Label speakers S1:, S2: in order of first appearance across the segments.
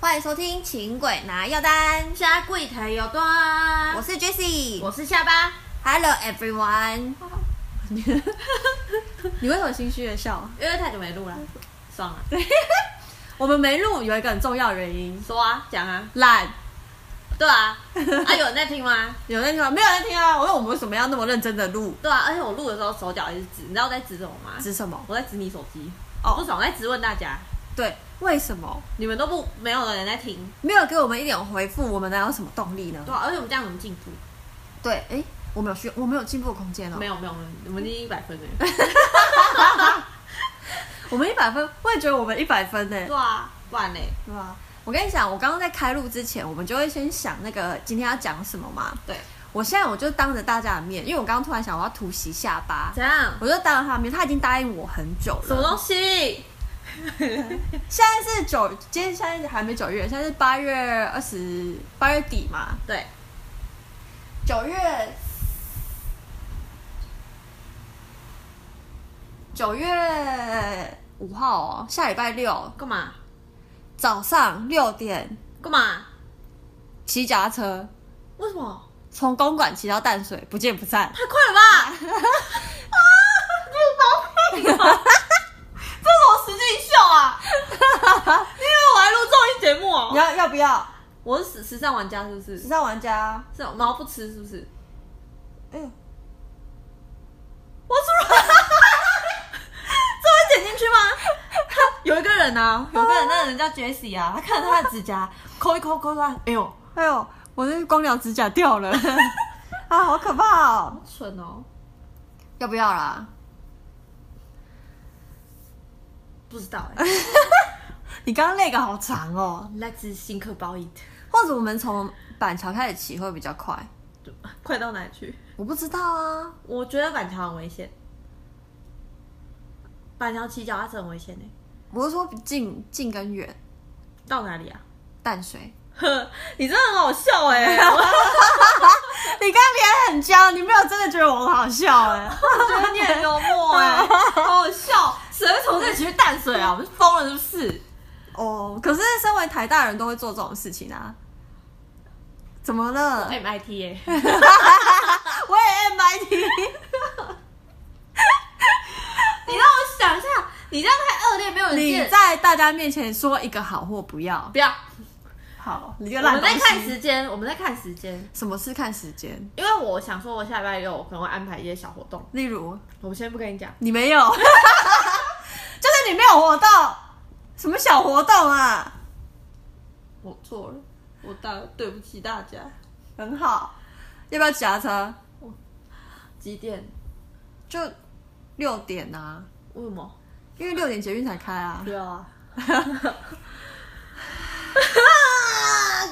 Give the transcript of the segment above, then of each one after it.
S1: 欢迎收听《请鬼拿药单》，
S2: 下柜台有多啊
S1: 我是 Jessie。
S2: 我是下巴，
S1: Hello everyone。你为什么心虚的笑？
S2: 因哎为太久没录了，啊算了，
S1: 我们没录有一个很重要原因，
S2: 说啊，讲啊，
S1: 懒。
S2: 对啊，啊有人在听吗？
S1: 有人听吗？没有人听啊！我说我们为什么要那么认真的录？
S2: 对啊，而且我录的时候手脚一直指，你知道我在指什么吗？
S1: 指什么？
S2: 我在指你手机，
S1: 哦
S2: 哦，不爽，我在质问大家，
S1: 对，为什么
S2: 你们都不没有人在听，
S1: 没有给我们一点回复？我们哪有什么动力呢
S2: 对？啊，而且我们这样怎么进步？
S1: 对，哎，我们有需，我们有进步的空间哦。
S2: 没有没有，没有我们已经一百分了，
S1: 我们一百分，我也觉得我们一百分呢。
S2: 对啊，不然嘞，
S1: 对吧？我跟你讲，我刚刚在开录之前，我们就会先想那个今天要讲什么嘛。
S2: 对，
S1: 我现在我就当着大家的面，因为我刚刚突然想我要突袭下巴，
S2: 怎样？
S1: 我就当着他的面，他已经答应我很久了。
S2: 什么东西？
S1: 现在是九，今天现在还没九月，现在是八月二十八月底嘛，
S2: 对，
S1: 九月九月五号哦，下礼拜六
S2: 干嘛？
S1: 早上六点
S2: 干嘛？
S1: 骑脚踏车
S2: 为什么？
S1: 从公馆骑到淡水，不见不散。
S2: 太快了吧！ 啊这是什么实境秀啊？因为我还录综艺节目
S1: 你
S2: 哦。
S1: 要要不要？
S2: 我是时时尚玩家嗯是不是？
S1: 时
S2: 是
S1: 尚玩家，
S2: 哦猫不吃是不是？
S1: 哎呦，
S2: 我输了，这会剪进去吗？有一个人啊，有个人，那个人叫 Jessie 啊，他看着他的指甲 抠一抠抠他，哎呦，
S1: 哎呦，我的光疗指甲 掉了， 啊，好可怕哦！
S2: 蠢哦，
S1: 要不要啦？
S2: 不知道哎、
S1: 你刚刚那个好长哦，
S2: Let's think about it，
S1: 或者我们从板桥开始骑会比较快？
S2: 快到哪里去？
S1: 我不知道啊，
S2: 我觉得板桥很危险，板桥骑脚踏车很危险呢、欸
S1: 我是说近近跟远，
S2: 到哪里啊？
S1: 淡水。
S2: 呵， 你真的很好笑 哎、
S1: 你刚刚脸很僵，你没有真的觉得我很好笑哎、
S2: 我觉得你很幽默哎、 好好笑。谁会从这里去淡水啊？我们是疯了是不是？
S1: 哦，可是身为台大人都会做这种事情啊。怎么了？
S2: MIT 耶、
S1: 我也 MIT。
S2: 你让我想一下，你这样太恶劣，没有人
S1: 你
S2: 见。
S1: 在大家面前说一个好或不要。
S2: 不要，
S1: 好，你
S2: 我
S1: 就
S2: 们在看时间，我们在看时间，
S1: 什么是看时间？
S2: 因为我想说，我下礼拜六可能会安排一些小活动，
S1: 例如，
S2: 我先不跟你讲。
S1: 你没有， 就是你没有活动，什么小活动啊？
S2: 我错了，我大对不起大家。
S1: 很好，要不要骑脚踏车？
S2: 几点？
S1: 就六点啊，
S2: 为什么？
S1: 因为六点捷运才开啊
S2: 不。要啊！
S1: 啊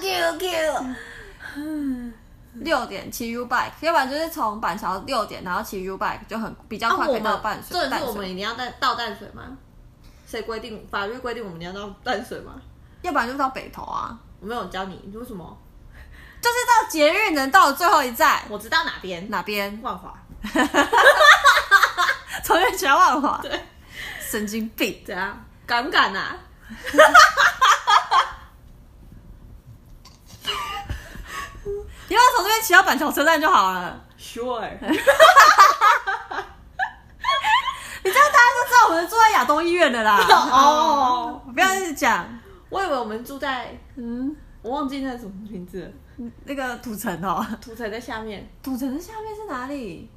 S1: Q Q。六点骑 U bike，要不然就是从板桥六点，然后骑 U bike 就很比较
S2: 啊
S1: 快可以到淡水。
S2: 重点是
S1: 淡
S2: 我们
S1: 水，
S2: 一定要到到淡水吗？谁规定？法律规定我们一定要到淡水吗？
S1: 要不然就到北投啊，
S2: 我没有教你，你为什么？
S1: 就是到捷运能到的最后一站
S2: 我知道哪边，
S1: 哎哪边？
S2: 万华。
S1: 从月桥万华，
S2: 对，
S1: 神经病。
S2: 怎样？敢不敢啊？
S1: 你要不要从这边骑到板桥车站就好了。
S2: Sure，
S1: 你这样大家就知道我们住在亚东医院的 啦。
S2: 哦
S1: 不要一直讲，
S2: 我以为我们住在，
S1: 嗯，
S2: 我忘记那是什么名字了，
S1: 那个土城哦，
S2: 土城在下面，
S1: 土城的下面是哪里？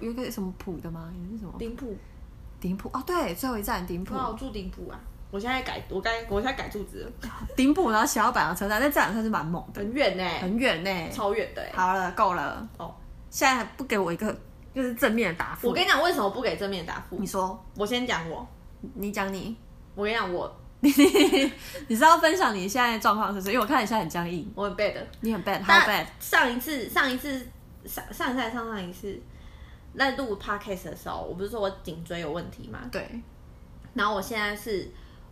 S1: 有一个什么埔的吗？也是什么
S2: 顶埔。
S1: 顶埔？哦，对，最后一站顶埔
S2: 哇，，我住顶埔啊！我现在改，我该，我现在改住址了，
S1: 顶埔，然后骑到板桥车站，那这两车是蛮猛的，
S2: 很远呢、
S1: 很远呢。
S2: 超远的、欸。
S1: 好了，够了，
S2: 哦，
S1: 现在不给我一个就是正面的答复。
S2: 我跟你讲，为什么不给正面答复
S1: 你？说，
S2: 我先讲我，
S1: 你讲你，
S2: 我跟你讲我，
S1: 你是要分享你现在的状况是不是？因为我看你现在很僵硬，
S2: 我很 bad。
S1: 你很 bad，how
S2: 但
S1: bad？
S2: 上一次，上一次，上上一次还是上上一次，在录 podcast 的时候，我不是说我颈椎有问题吗？
S1: 对，
S2: 然后我现在是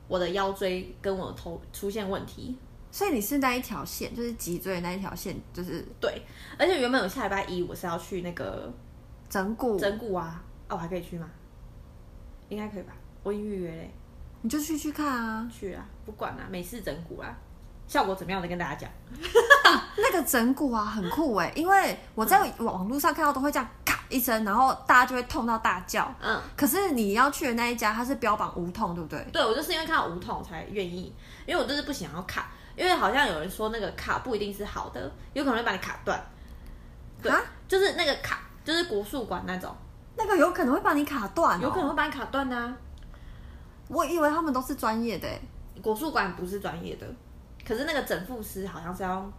S2: 我的腰椎跟我头出现问题，
S1: 所以你是那一条线，就是脊椎的那一条线，就是
S2: 对，而且原本我下礼拜一我是要去那个
S1: 整骨，
S2: 整骨啊，哦，我还可以去吗？应该可以吧，我已经预约嘞，
S1: 你就去去看啊。
S2: 去啊，不管啦、啊，美式整骨啊，效果怎么样的跟大家讲。
S1: 那个整骨啊，很酷
S2: 嗯
S1: 哎、因为我在网络上看到都会这样咔一声，然后大家就会痛到大叫。
S2: 嗯，
S1: 可是你要去的那一家，它是标榜无痛，对不对？
S2: 对我就是因为看到无痛才愿意，因为我就是不想要卡，因为好像有人说那个卡不一定是好的，有可能会把你卡断，对
S1: 啊，
S2: 就是那个卡就是国术馆那种，
S1: 那个有可能会把你卡断、哦
S2: 有可能。会把你卡断的、啊。
S1: 我以为他们都是专业的、欸，
S2: 国术馆不是专业的，可是那个整复师好像是要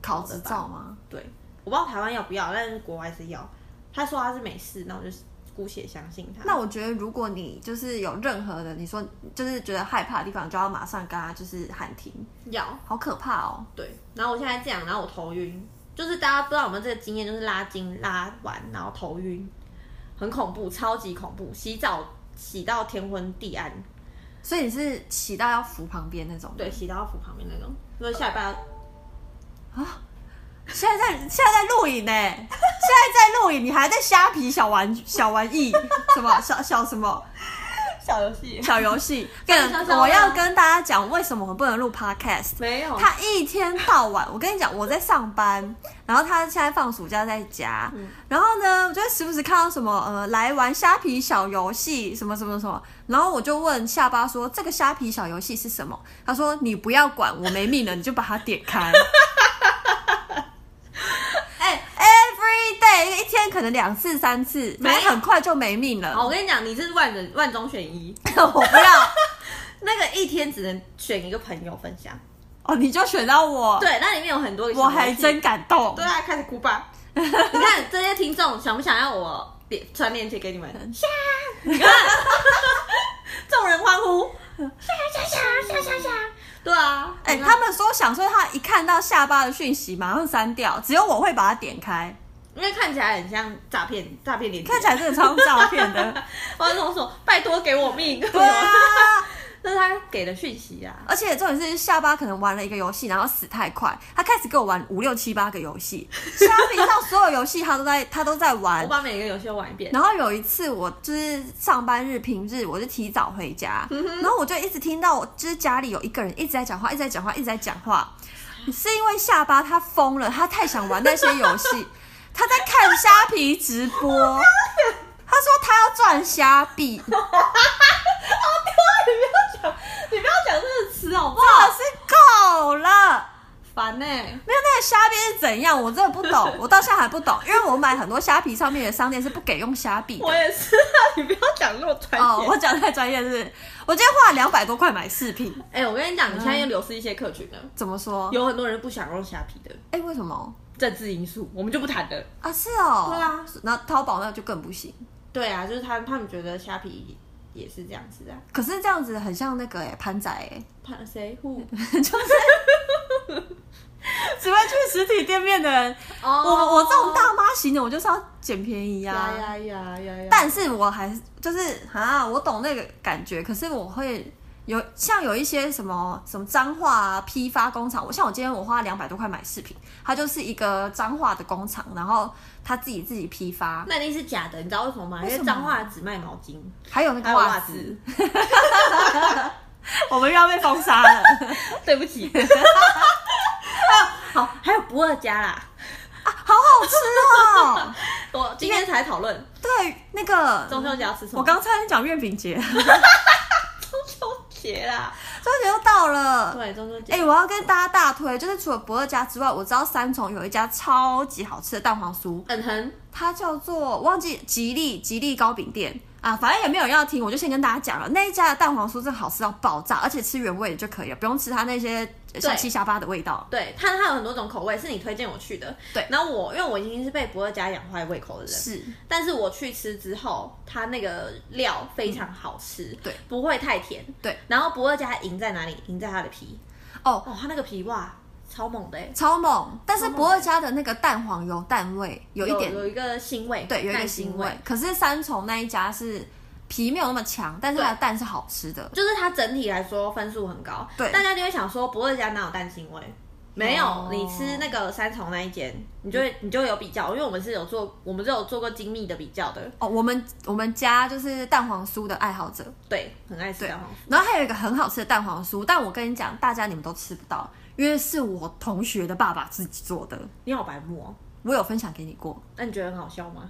S1: 考执照吗？
S2: 对，我不知道台湾要不要，但是国外是要。他说他是美式，那我就姑且相信他。
S1: 那我觉得，如果你就是有任何的，你说就是觉得害怕的地方，就要马上跟他就是喊停，
S2: 要
S1: 好可怕哦！
S2: 对，然后我现在这样，然后我头晕，就是大家不知道有没有这个经验，就是拉筋拉完然后头晕，很恐怖，超级恐怖，洗澡洗到天昏地暗，
S1: 所以你是起到要扶旁边那种。
S2: 对，洗到扶旁边那种。所以下礼拜要
S1: 现在在现在在录影呢、 现在在录影，你还在虾皮小玩小玩意 什么小小什么
S2: 小游戏，
S1: 小游戏？
S2: 小小
S1: 跟
S2: 小
S1: 我要跟大家讲，为什么我不能录 podcast？
S2: 没有，
S1: 他一天到晚，我跟你讲，我在上班，然后他现在放暑假在家，
S2: 嗯
S1: 然后呢，我就会时不时看到什么呃，来玩虾皮小游戏，什么什么什么，然后我就问下巴说这个虾皮小游戏是什么？他说你不要管，我没命了，你就把它 点开。
S2: 哎
S1: Every day 一天可能两次三次，
S2: 没有哦
S1: 反正很快就没命了。
S2: 好，我跟你讲，你是万人万中选一，
S1: 我不要
S2: 那个一天只能选一个朋友分享。
S1: 哦，你就选到我，
S2: 对，那里面有很多个小
S1: 我
S2: 游戏
S1: 还真感动
S2: 对。啊，开始哭吧。 你看这些听众想不想要我点传链接给你们？
S1: 嗯
S2: 下，你看， 众人欢呼，下下下下下下。对啊，
S1: 哎、
S2: 你看
S1: 他们说想说他一看到下巴的讯息马上删掉，只有我会把它点开，
S2: 因为看起来很像诈骗诈骗链接，
S1: 看起来真的超诈 骗的。
S2: 观众说拜托给我命，
S1: 对啊，
S2: 那是他给的讯息啊。
S1: 而且重点是下巴可能玩了一个游戏，然后死太快，他开始给我玩五六七八个游戏，虾皮上所有游戏他都在他都在玩
S2: 我。把每个游戏都玩一遍，
S1: 然后有一次，我就是上班日平日，我就提早回家，
S2: 嗯
S1: 然后我就一直听到我就是家里有一个人一直在讲话，一直在讲话，一直在讲话，是因为下巴他疯了，他太想玩那些游戏，他在看虾皮直播，他说他要赚虾币，真的
S2: 你不要讲这个词好不好？
S1: 是够了。
S2: 烦呢、
S1: 没有那个虾币是怎样，我真的不懂，我到现在还不懂，因为我买很多虾皮上面的商店是不给用虾币的。
S2: 我也是啊，你不要讲那么专
S1: 哦，
S2: 业。
S1: 我讲太专业是不是，我今天花了两百多块买饰品，
S2: 哎、我跟你讲，你现
S1: 嗯
S2: 在又流失一些客群了。
S1: 怎么说？
S2: 有很多人不想用虾皮的
S1: 哎、为什么
S2: 政治因素，我们就不谈了。
S1: 啊？是哦，
S2: 对啊，
S1: 那淘宝那就更不行。
S2: 对啊，就是他他们觉得虾皮也是这样子的、啊。
S1: 可是这样子很像那个哎、潘仔 哎、
S2: 怕谁 who？
S1: 只会去实体店面的人，
S2: 哦
S1: 我我这种大妈型的，我就是要捡便宜呀、
S2: 呀呀呀呀呀！
S1: 但是我还是就是啊，我懂那个感觉，可是我会有像有一些什么什么脏话啊批发工厂，我像我今天我花两百多块买饰品，它就是一个脏话的工厂，然后他自己自己批发，
S2: 那一定是假的，你知道为什么吗？因
S1: 为
S2: 为
S1: 什么
S2: 彰化只卖毛巾，
S1: 还有那
S2: 还
S1: 个
S2: 有
S1: 袜
S2: 袜
S1: 子，
S2: 子。
S1: 我们又要被封杀了
S2: 对不起。好，还有不二家啦。
S1: 啊， 好好吃哦！
S2: 我今天才讨论
S1: 对，那
S2: 中
S1: 个
S2: 秋节要吃什么。
S1: 我刚差点讲月饼 节，中
S2: 中秋节啦。
S1: 秋节又到了。
S2: 对，中秋节。
S1: 哎、我要跟大家大推，就是除了不二家之外，我知道三重有一家超级好吃的蛋黄酥，
S2: 嗯哼，
S1: 它叫做忘记吉利吉利糕饼店啊，反正也没有人要听，我就先跟大家讲了，那一家的蛋黄酥真的好吃到爆炸，而且吃原味就可以了，不用吃它那些呃像七下八的味道。
S2: 对，它它有很多种口味，是你推荐我去的。
S1: 对
S2: 然后我因为我已经是被不二家养坏胃口的人，
S1: 是，
S2: 但是我去吃之后，它那个料非常好吃，
S1: 嗯对，
S2: 不会太甜，
S1: 对。
S2: 然后不二家赢在哪里？赢在它的皮，
S1: 哦，
S2: 哦，它那个皮哇，超猛的欸，
S1: 超猛！但是
S2: 超猛
S1: 不二家的那个蛋黄油蛋味有一点，
S2: 有一个腥味，
S1: 对，有一个
S2: 蛋
S1: 腥味。。可是三重那一家是皮没有那么强，但是它的蛋是好吃的。
S2: 就是它整体来说分数很高，
S1: 对
S2: 大家就会想说不二家哪有蛋腥味？没有，
S1: 哦
S2: 你吃那个三重那一间，你就
S1: 嗯
S2: 会你就有比较，因为我们是有做，我们是有做过精密的比较的，
S1: 哦，我们我们家就是蛋黄酥的爱好者，
S2: 对，很爱吃
S1: 对
S2: 蛋黄酥。，
S1: 然后还有一个很好吃的蛋黄酥，但我跟你讲，大家你们都吃不到，因为是我同学的爸爸自己做的，
S2: 你好白目哦，
S1: 我有分享给你过，
S2: 那你觉得很好笑吗？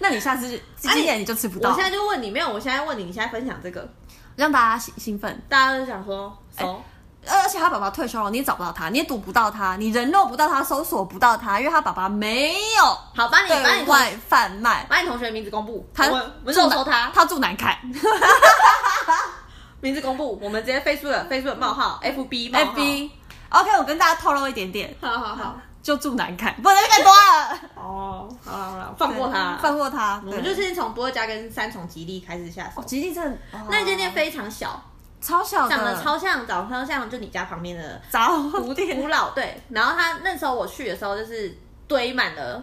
S1: 那你下次今年你就吃不到，
S2: 啊我现在就问你，没有，我现在问你，你现在分享这个，
S1: 让大家兴兴奋。
S2: 大家都想说
S1: 哎
S2: 熟，
S1: 而而且他爸爸退休了，你也找不到他，你也堵不到他，你人肉不到他，搜索不到他，因为他爸爸没有
S2: 好，把你把
S1: 对
S2: 你同
S1: 外贩卖。
S2: 把你同学的名字公布，
S1: 他
S2: 我们我们肉搜他
S1: 他住南开
S2: 名字公布，我们直接 Facebook Facebook 冒号 FB 冒号
S1: ，FB。OK，我跟大家透露一点点，
S2: 好好好，
S1: 就住南开，不能太多了，
S2: 哦，好了好了，放过他，
S1: 放过他。
S2: 我
S1: 我
S2: 们就先从不二家跟三重吉利开始下手。
S1: 吉利镇
S2: 那间店非常小，
S1: 超小的，
S2: 长得超像，长得超像就你家旁边的
S1: 杂货店，
S2: 古老对。然后他那时候我去的时候，就是堆满了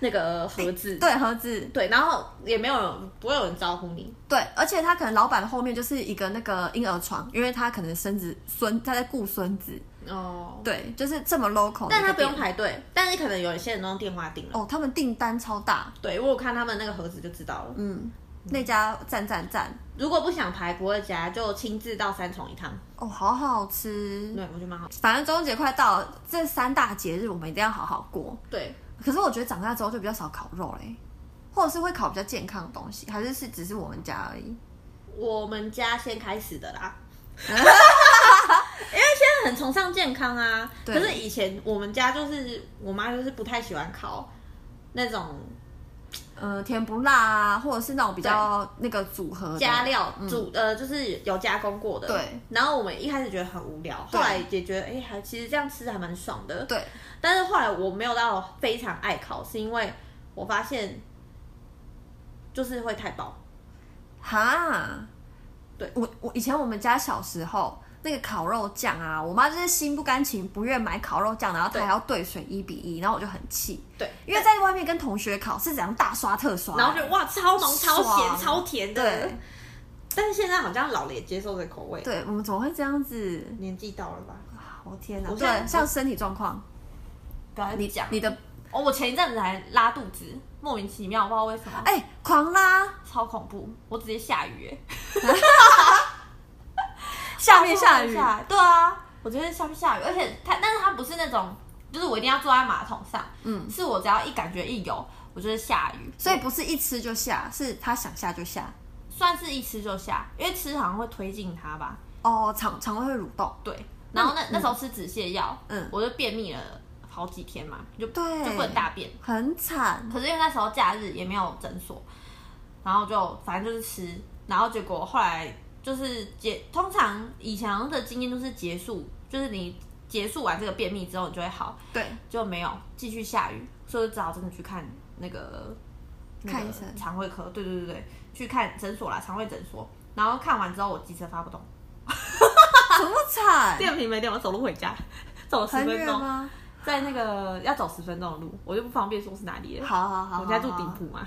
S2: 那个盒子，
S1: 对盒子，
S2: 对，然后也没有人不会有人招呼你，
S1: 对，而且他可能老板后面就是一个那个婴儿床，因为他可能生子孙，他在顾孙子，
S2: 哦，
S1: 对，就是这么 local 的一个店。
S2: 但他不用排队，但是可能有一些人都用电话订了。
S1: 哦，他们订单超大，
S2: 对，我有看他们那个盒子就知道了。
S1: 嗯，那家赞赞赞，
S2: 如果不想排不二家，就亲自到三重一趟。
S1: 哦，好好吃。
S2: 嗯对，我觉得蛮好。
S1: 反正中秋节快到了，这三大节日我们一定要好好过。
S2: 对，
S1: 可是我觉得长大之后就比较少烤肉嘞、或者是会烤比较健康的东西，还是是只是我们家而已。
S2: 我们家先开始的 啦。因为现在很崇尚健康啊，
S1: 对
S2: 可是以前我们家就是我妈就是不太喜欢烤那种
S1: 嗯、甜不辣啊，或者是那种比较那个组合的
S2: 加料煮、呃，就是有加工过的。
S1: 嗯对。
S2: 然后我们一开始觉得很无聊，
S1: 对
S2: 后来也觉得哎，还其实这样吃还蛮爽的。
S1: 对，
S2: 但是后来我没有到非常爱烤，是因为我发现就是会太饱。
S1: 哈，
S2: 对
S1: 我我以前我们家小时候那个烤肉酱啊，我妈就是心不甘情不愿买烤肉酱，然后她
S2: 对
S1: 还要兑水一比一，然后我就很气，
S2: 对，
S1: 因为在外面跟同学烤是怎样大刷特刷，欸
S2: 然后就哇，超浓、超
S1: 爽
S2: 咸、超甜的
S1: 对。
S2: 但是现在好像老了也接受这口味，
S1: 对，我们怎么会这样子？
S2: 年纪到了吧？
S1: 啊我天哪！
S2: 我现在
S1: 对，像身体状况，
S2: 不要
S1: 你
S2: 讲
S1: 你的
S2: 哦，我前一阵子还拉肚子，莫名其妙，不知道为什么，
S1: 哎、狂拉，
S2: 超恐怖，我直接下雨、欸，
S1: 下面下雨，
S2: 来，对啊，我觉得下面下雨，而且它，但是它不是那种，就是我一定要坐在马桶上，
S1: 嗯，
S2: 是我只要一感觉一有，我就是下雨，
S1: 所以不是一吃就下，是她想下就下。
S2: 算是一吃就下，因为吃好像会推进它吧，
S1: 哦，肠肠胃会蠕动，
S2: 对，然后那、那时候吃止泻药，
S1: 嗯
S2: 我就便秘了好几天嘛，就
S1: 对
S2: 就不能大便，
S1: 很惨。
S2: 可是因为那时候假日也没有诊所，然后就反正就是吃，然后结果后来就是结，通常以前的经验都是结束，就是你结束完这个便秘之后你就会好，
S1: 对，
S2: 就没有继续下雨，所以就只好真的去看那个那个
S1: 看医生
S2: 肠胃科，对对对对，去看诊所啦，肠胃诊所。然后看完之后我机车发不动，
S1: 怎么惨？
S2: 电瓶没电，我走路回家，走 了十
S1: 很
S2: 分
S1: 远
S2: 钟，
S1: 吗？
S2: 啊在那个要走十分钟的路，我就不方便说是哪里了。
S1: 好好好好，
S2: 我们家住
S1: 好
S2: 顶埔嘛，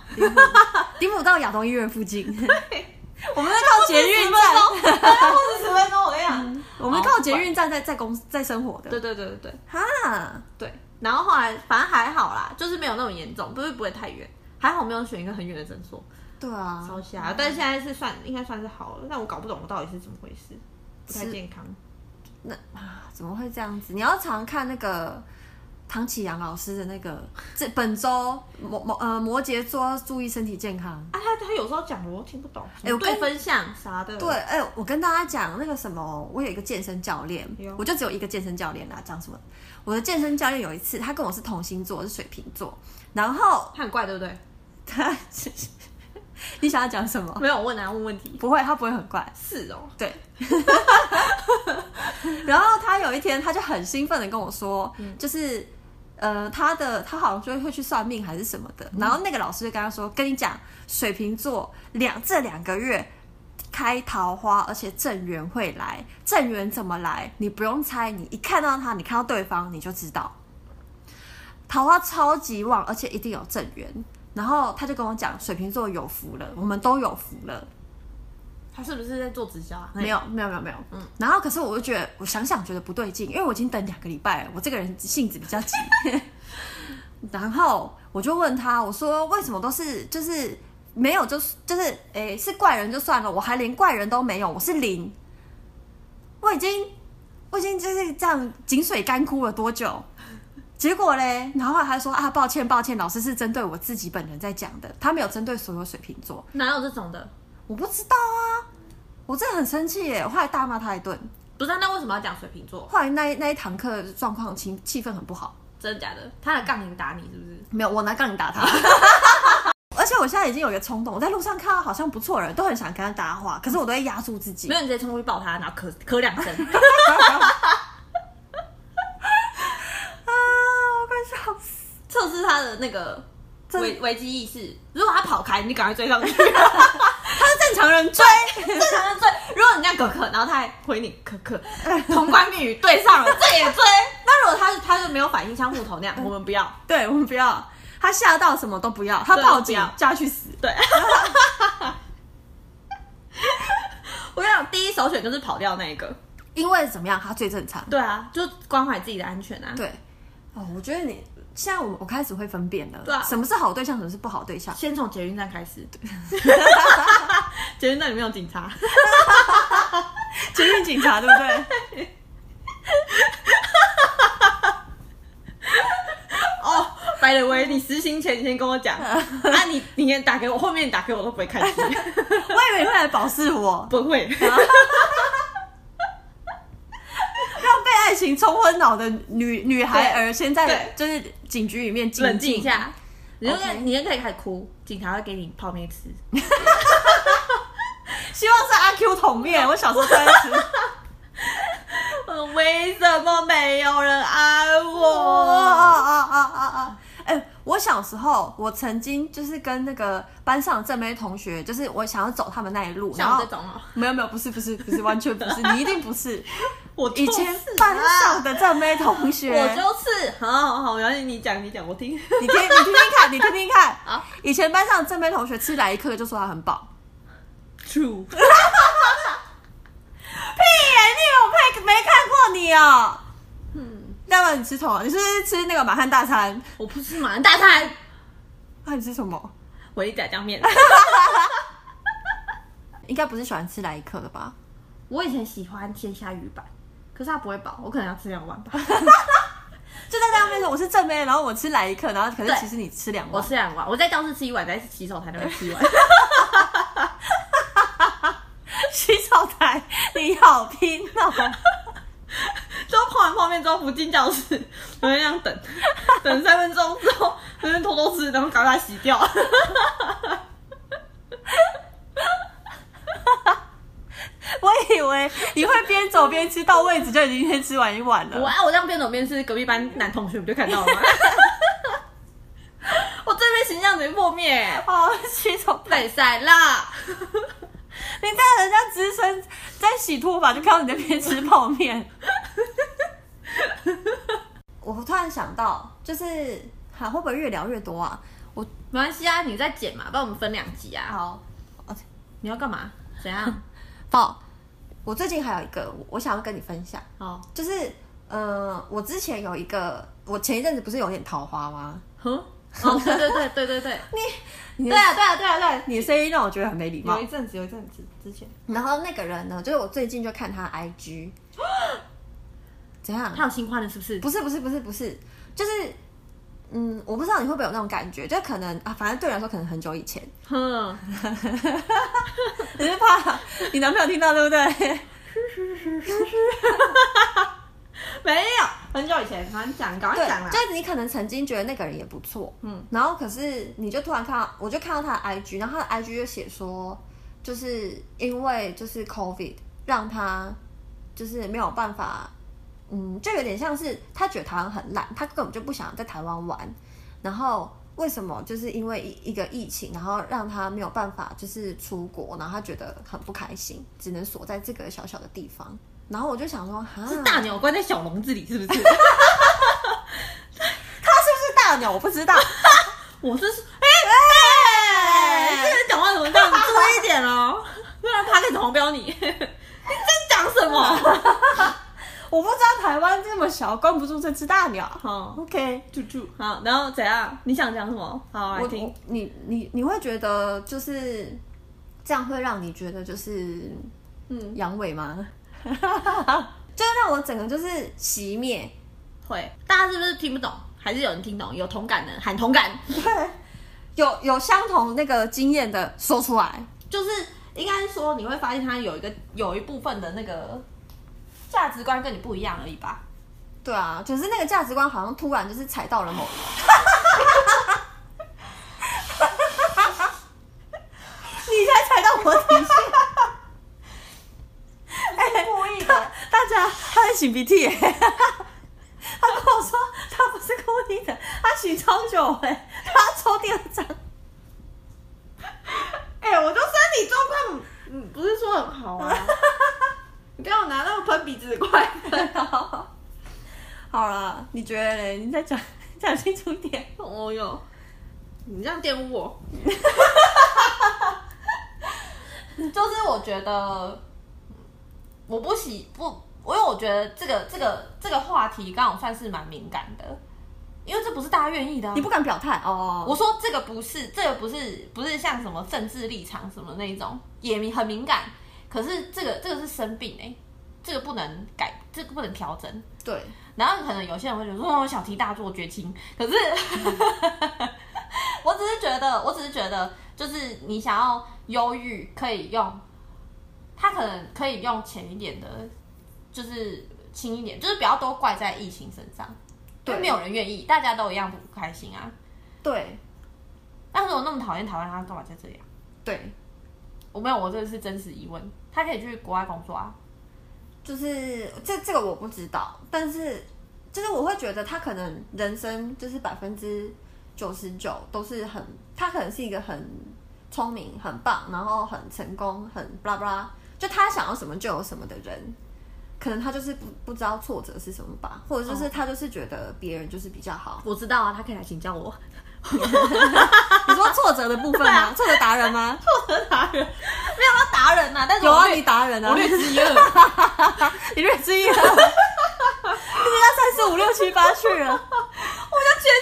S1: 顶埔到亚东医院 附近，我们在靠捷运站，
S2: 分钟，或是十分钟，我跟你讲，
S1: 我们靠捷运站在在公在生活的
S2: 对对对对对
S1: 哈，
S2: 对。然后后来反正还好啦，就是没有那么严重，不是不会太远，还好没有选一个很远的诊所，
S1: 对啊，
S2: 超瞎。但现在是算应该算是好了，但我搞不懂我到底是怎么回事，不太
S1: 是
S2: 健康。
S1: 那啊怎么会这样子？你要常看那个唐启阳老师的那个，这本周摩摩呃摩羯座要注意身体健康。
S2: 啊，他他有时候讲的我听不懂，
S1: 哎我跟
S2: 对分项啥的，
S1: 对，，哎、我跟大家讲那个什么，哦我有一个健身教练
S2: 哎呦，
S1: 我就只有一个健身教练啊啦，讲什么？我的健身教练有一次，他跟我是同星座，是水瓶座，然后
S2: 他很怪，对不对？
S1: 他， 你想要讲什么？
S2: 没有问啊，问问题
S1: 不会，他不会很怪。
S2: 是哦，
S1: 对， 然后他有一天他就很兴奋的跟我说，就是呃，他的他好像就会去算命还是什么的，然后那个老师就跟他说，跟你讲，水瓶座两这两个月。开桃花，而且正缘会来。正缘怎么来？你不用猜，你一看到他，你看到对方，你就知道。桃花超级旺，而且一定有正缘。然后他就跟我讲，水瓶座有福了，我们都有福了。
S2: 他是不是在做直销啊？
S1: 没有，没有，没有，没有。嗯，然后可是我就觉得，我想想觉得不对劲，因为我已经等两个礼拜了，我这个人性子比较急。 然后我就问他，我说为什么都是就是没有就是就是诶是怪人就算了，我还连怪人都没有，我是零。我已经我已经就是这样井水干枯了多久？结果嘞，然后他说啊，抱歉抱歉，老师是针对我自己本人在讲的，他没有针对所有水瓶座。
S2: 哪有这种的？
S1: 我不知道啊，我真的很生气耶！我后来大骂他一顿。
S2: 不是啊，那为什么要讲水瓶座？
S1: 后来那一那一堂课状况情气氛很不好，
S2: 真的假的？他的杠铃打你是不是？
S1: 没有我拿杠铃打他。 而且我现在已经有一个冲动，我在路上看到好像不错的人，都很想跟他搭话，可是我都会压住自己
S2: 没。有，你直接冲过去抱他，然后咳咳两声。
S1: 啊，我快笑死！
S2: 测试他的那个
S1: 真
S2: 危危机意识。如果他跑开，你就赶快追上去。
S1: 他是正常人追，
S2: 正常人追。如果你叫可可，然后他还回你可可，潼关密语对上了，这也追。那如果他他就没有反应，像木头那样，我们 不要。
S1: 对 我们不要，他吓到什么都不要，他
S2: 对
S1: 报
S2: 都不
S1: 警
S2: 要
S1: 叫他去死。
S2: 对。 我跟你讲，第一首选就是跑掉那一个。
S1: 因为怎么样，他最正常。
S2: 对啊，就关怀自己的安全啊。，
S1: 对，哦，我觉得你现在我我开始会分辨了，
S2: 对啊
S1: 什么是好对象，什么是不好对象。
S2: 先从捷运站开始。 捷运站里面有警察，
S1: 捷运警察对不对？
S2: 白德威，你实行前你先跟我讲，啊你你先打给我，后面你打给我都不会看戏，
S1: 我以为你会来保释我，
S2: 不会。
S1: 让被爱情冲昏脑的女女孩儿，先在
S2: 对
S1: 就是警局里面
S2: 冷静一。下，你就
S1: OK
S2: 你就可以开始哭，警察会给你泡面吃。
S1: 希望是阿 Q 桶面，我小时候最爱吃。
S2: 呃为什么没有人爱
S1: 哦哦
S2: 我？
S1: 哦哦哦哦！哎、我小时候，我曾经就是跟那个班上的正妹同学，就是我想要走他们那一路，然
S2: 像我
S1: 后
S2: 这种哦，
S1: 没有没有，不是不是不是，完全不 是，你一定不是。
S2: 我
S1: 以前班上的正妹同学，
S2: 我就是，好好好，然后你讲你讲，我听。
S1: 你听你听听看，你听听看。
S2: 好
S1: 以前班上的正妹同学吃来一克就说他很饱，
S2: True，
S1: 屁哎耶、你有配没看过你哦、
S2: 嗯，
S1: 要不然你吃什么？你是不是吃那个满汉大餐？
S2: 我不吃马兰大餐，
S1: 那、你吃什么？
S2: 我一炸酱面。
S1: 应该不是喜欢吃来一克的吧？
S2: 我以前喜欢鲜虾鱼板，可是它不会饱，我可能要吃两碗吧。
S1: 就在那边说我是正妹，然后我吃来一克，然后可是
S2: 对
S1: 其实你吃两
S2: 我
S1: 碗。
S2: 吃两碗，我在教室吃一碗，在洗手台那边吃一碗。
S1: 洗手台，你好拼哦！
S2: 之后泡完泡面之后不进教室，我就那样等，等三分钟之后，在那边偷偷吃，然后赶快把它洗掉。
S1: 我以为你会边走边吃，到位置就已经先吃完一碗
S2: 我
S1: 了。
S2: 啊，我这样边走边吃，隔壁班男同学不就看到了 吗？我这边形象等于破灭，
S1: 哦，洗手台，
S2: 被晒啦！
S1: 你这样人家直升在洗拖把，就看到你在那边吃泡面。 我突然想到，就是还会不会越聊越多啊？我
S2: 没关系啊，你再剪嘛，不然我们分两集啊。
S1: 好
S2: 你要干嘛？怎 样？
S1: 哦，我最近还有一个，我我想要跟你分享。
S2: 好，
S1: 就是呃，我之前有一个，我前一阵子不是有点桃花吗？
S2: 哼，哦，对对对对对对，
S1: 你
S2: 对啊对啊对啊对啊，
S1: 你的声音让我觉得很没礼貌
S2: 有一。阵子有一阵子之前，
S1: 然后那个人呢，就是我最近就看他的 IG，怎样？
S2: 他有新欢了是不是？
S1: 不是不是不是不是，就是嗯，我不知道你会不会有那种感觉，就可能啊，反正对你来说可能很久以前，
S2: 哼，
S1: 你是怕你男朋友听到对不对？
S2: 没有，很久以前，赶快讲，赶快讲啦
S1: 对，就。是你可能曾经觉得那个人也不错，啊嗯
S2: 嗯，
S1: 然后可是你就突然看到，我就看到他的 IG，然后他的 IG 就写说，就是因为就是 COVID 让他就是没有办法，嗯，就有点像是他觉得台湾很烂，他根本就不想在台湾玩，然后。为什么就是因为一一个疫情，然后让他没有办法就是出国，然后他觉得很不开心，只能锁在这个小小的地方。然后我就想说，哈，
S2: 是大鸟关在小笼子里是不是？
S1: 他是不是大鸟？我不知道。
S2: 我是哎哎，这个人讲话怎么这样？注意一点哦，不然他在再怎么标你，你在讲什么？
S1: 我不知道台湾这么小，关不住这只大鸟。
S2: 好，
S1: OK，
S2: 住住好，然后怎样？你想讲什么？好，来
S1: 我
S2: 听
S1: 我。你你你会觉得就是这样会让你觉得就是
S2: 嗯，
S1: 阳痿吗？ 就让我整个就是熄灭。
S2: 会。大家是不是听不懂？还是有人听懂？有同感的喊同感，
S1: 对，有有相同那个经验的说出来。
S2: 就是应该说你会发现他有一个有一部分的那个价值观跟你不一样而已吧。
S1: 对啊，就是那个价值观好像突然就是踩到了某，你才踩到我底线，
S2: 故意的，
S1: 大家他在擤鼻涕耶， 他跟我说他不是故意的，他擤超久哎，他要抽第二张，
S2: 哎、我就身体状况，嗯，不是说很好 啊。你不要拿那个喷鼻子的快乐。
S1: 好了，你觉得嘞？你再讲讲清楚一点。
S2: 哦哟，你这样玷污我。就是我觉得，我不喜不，因为我觉得这个这个这个话题刚好算是蛮敏感的，因为这不是大家愿意的啊、
S1: 你不敢表态哦，
S2: 我说这个不是，这个不是，不是像什么政治立场什么那一种，也敏很敏感。可是这个这个是生病哎、这个不能改，这个不能调整。
S1: 对，
S2: 然后可能有些人会觉得说，哦，小题大做，绝情。可是， 我只是觉得，我只是觉得，就是你想要忧郁，可以用，他可能可以用浅一点的，就是轻一点，就是不要都怪在疫情身上，因
S1: 对
S2: 为没有人愿意，大家都一样不开心啊。
S1: 对
S2: 但是我那么讨厌台湾，他干嘛在这里啊？
S1: 对，
S2: 我没有，我这个是真实疑问。他可以去国外工作啊，
S1: 就是这这个我不知道，但是就是我会觉得他可能人生就是百分之九十九都是很，他可能是一个很聪明、很棒，然后很成功、很 blah blah，就他想要什么就有什么的人。可能他就是不不知道挫折是什么吧，或者就是
S2: 哦
S1: 他就是觉得别人就是比较好。
S2: 我知道啊，他可以来请教我。
S1: 你说挫折的部分 吗？挫折达人吗？
S2: 没有他达人呐、啊，但是
S1: 有
S2: 我
S1: 啊，
S2: 略
S1: 你达人啊，
S2: 我略知一二。
S1: 你略知一二，你要三四五六七八去了。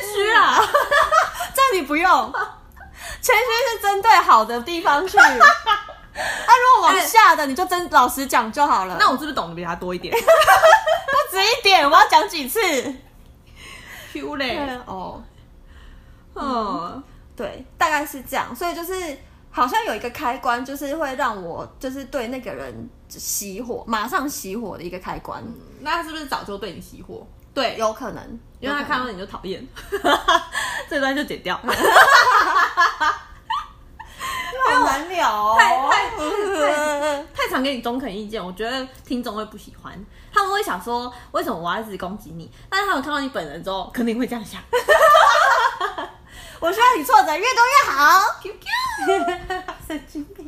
S2: 谦虚 啊，
S1: 这你不用，谦虚是针对好的地 方去。啊，如果往下的，你就真老实讲就好 了。
S2: 那我是不是懂得比他多 一点
S1: 不止一点，我要讲几次？
S2: ？Q 嘞，
S1: 哦，
S2: 嗯，
S1: 对，大概是这样。所以就是好像有一个开关，就是会让我就是对那个人熄火，马上熄火的一个开关，
S2: 那他是不是早就对你熄火？嗯对，
S1: 有可能，
S2: 因为他看到你就讨厌， 这段就剪掉。
S1: 好难聊、哦，
S2: 哎太太太常给你中肯意见，我觉得听众会不喜欢，他们会想说为什么我要一直攻击你？但是他们看到你本人之后，肯定会这样 想。
S1: 我希望你挫折越多越好。
S2: Q Q，
S1: 神经病。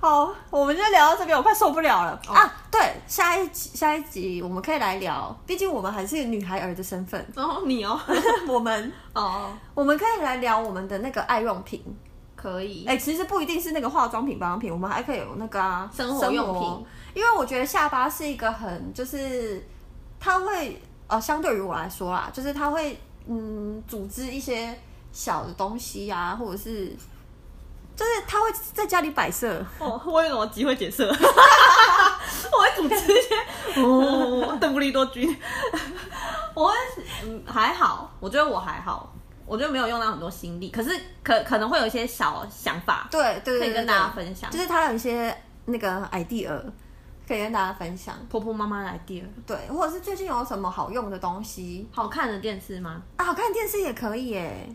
S1: 好，我们就聊到这边，我快受不了了、
S2: 哦
S1: 啊！对，下一集下一集我们可以来聊，毕竟我们还是女孩儿的 身份，
S2: 然后你哦，
S1: 我们
S2: 哦，
S1: 我们可以来聊我们的那个爱用品。
S2: 嗯可以，
S1: 哎、其实不一定是那个化妆品、保养品，我们还可以有那个啊
S2: 生活用品，
S1: 因为我觉得下巴是一个很就是它会呃，相对于我来说啦，就是它会嗯组织一些小的东西呀、或者是就是它会在家里摆设。
S2: 哦，我有什么机会 解释？我会组织一些哦，邓布利多君，我会嗯还好，我觉得我还好，我觉得没有用到很多心力，可是可可能会有一些小想法
S1: 对
S2: 可
S1: 对对对
S2: 以跟大家分享
S1: 就，是它有一些那个 idea 可以跟大家分享。
S2: 婆婆妈妈的 idea。
S1: 对，或者是最近有什么好用的东西
S2: 好看的电视吗？
S1: 啊？好看电视也可以耶，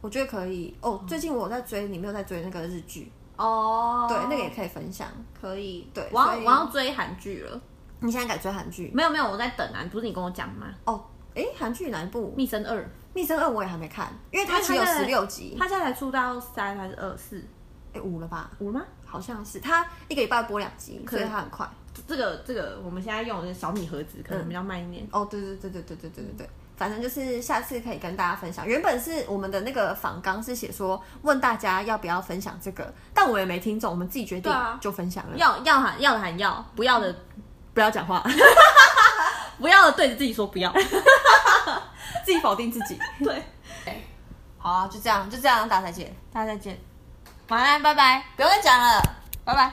S1: 我觉得可以哦。最近我在追，你没有在追那个日剧？
S2: 哦
S1: 对，那个也可以分享。
S2: 可以。
S1: 对
S2: 我要
S1: 所以
S2: 我要追韩剧了。
S1: 你现在改追韩剧？
S2: 没有没有，我在等啊，不是你跟我讲吗？
S1: 哦，诶，韩剧哪一部？
S2: 《
S1: 《
S2: 密生二》，
S1: 密生二》我也还没看，因为它只
S2: 因
S1: 有
S2: 为它
S1: 十
S2: 在
S1: 六集，
S2: 他现在才出到三还是二四
S1: 诶，五了吧？
S2: 五了吗？
S1: 好像是，它一个礼拜播两集，
S2: 可
S1: 所
S2: 以
S1: 以它很快。
S2: 嗯这个这个我们现在用的是小米盒子，可能比较慢一点。
S1: 哦，对对对对对对对对对，反正就是下次可以跟大家分享。原本是我们的那个访纲是写说问大家要不要分享这个，但我也没听懂，我们自己决定
S2: 对啊
S1: 就分享了。
S2: 要要喊要的喊要，不要的
S1: 不要讲 话，
S2: 不要的对着自己说不要。
S1: 自己否定自己。
S2: 对，
S1: 好啊，就这样，就这样，大家再见，
S2: 大家再见，晚安，拜拜，
S1: 不用再讲了。
S2: 拜拜。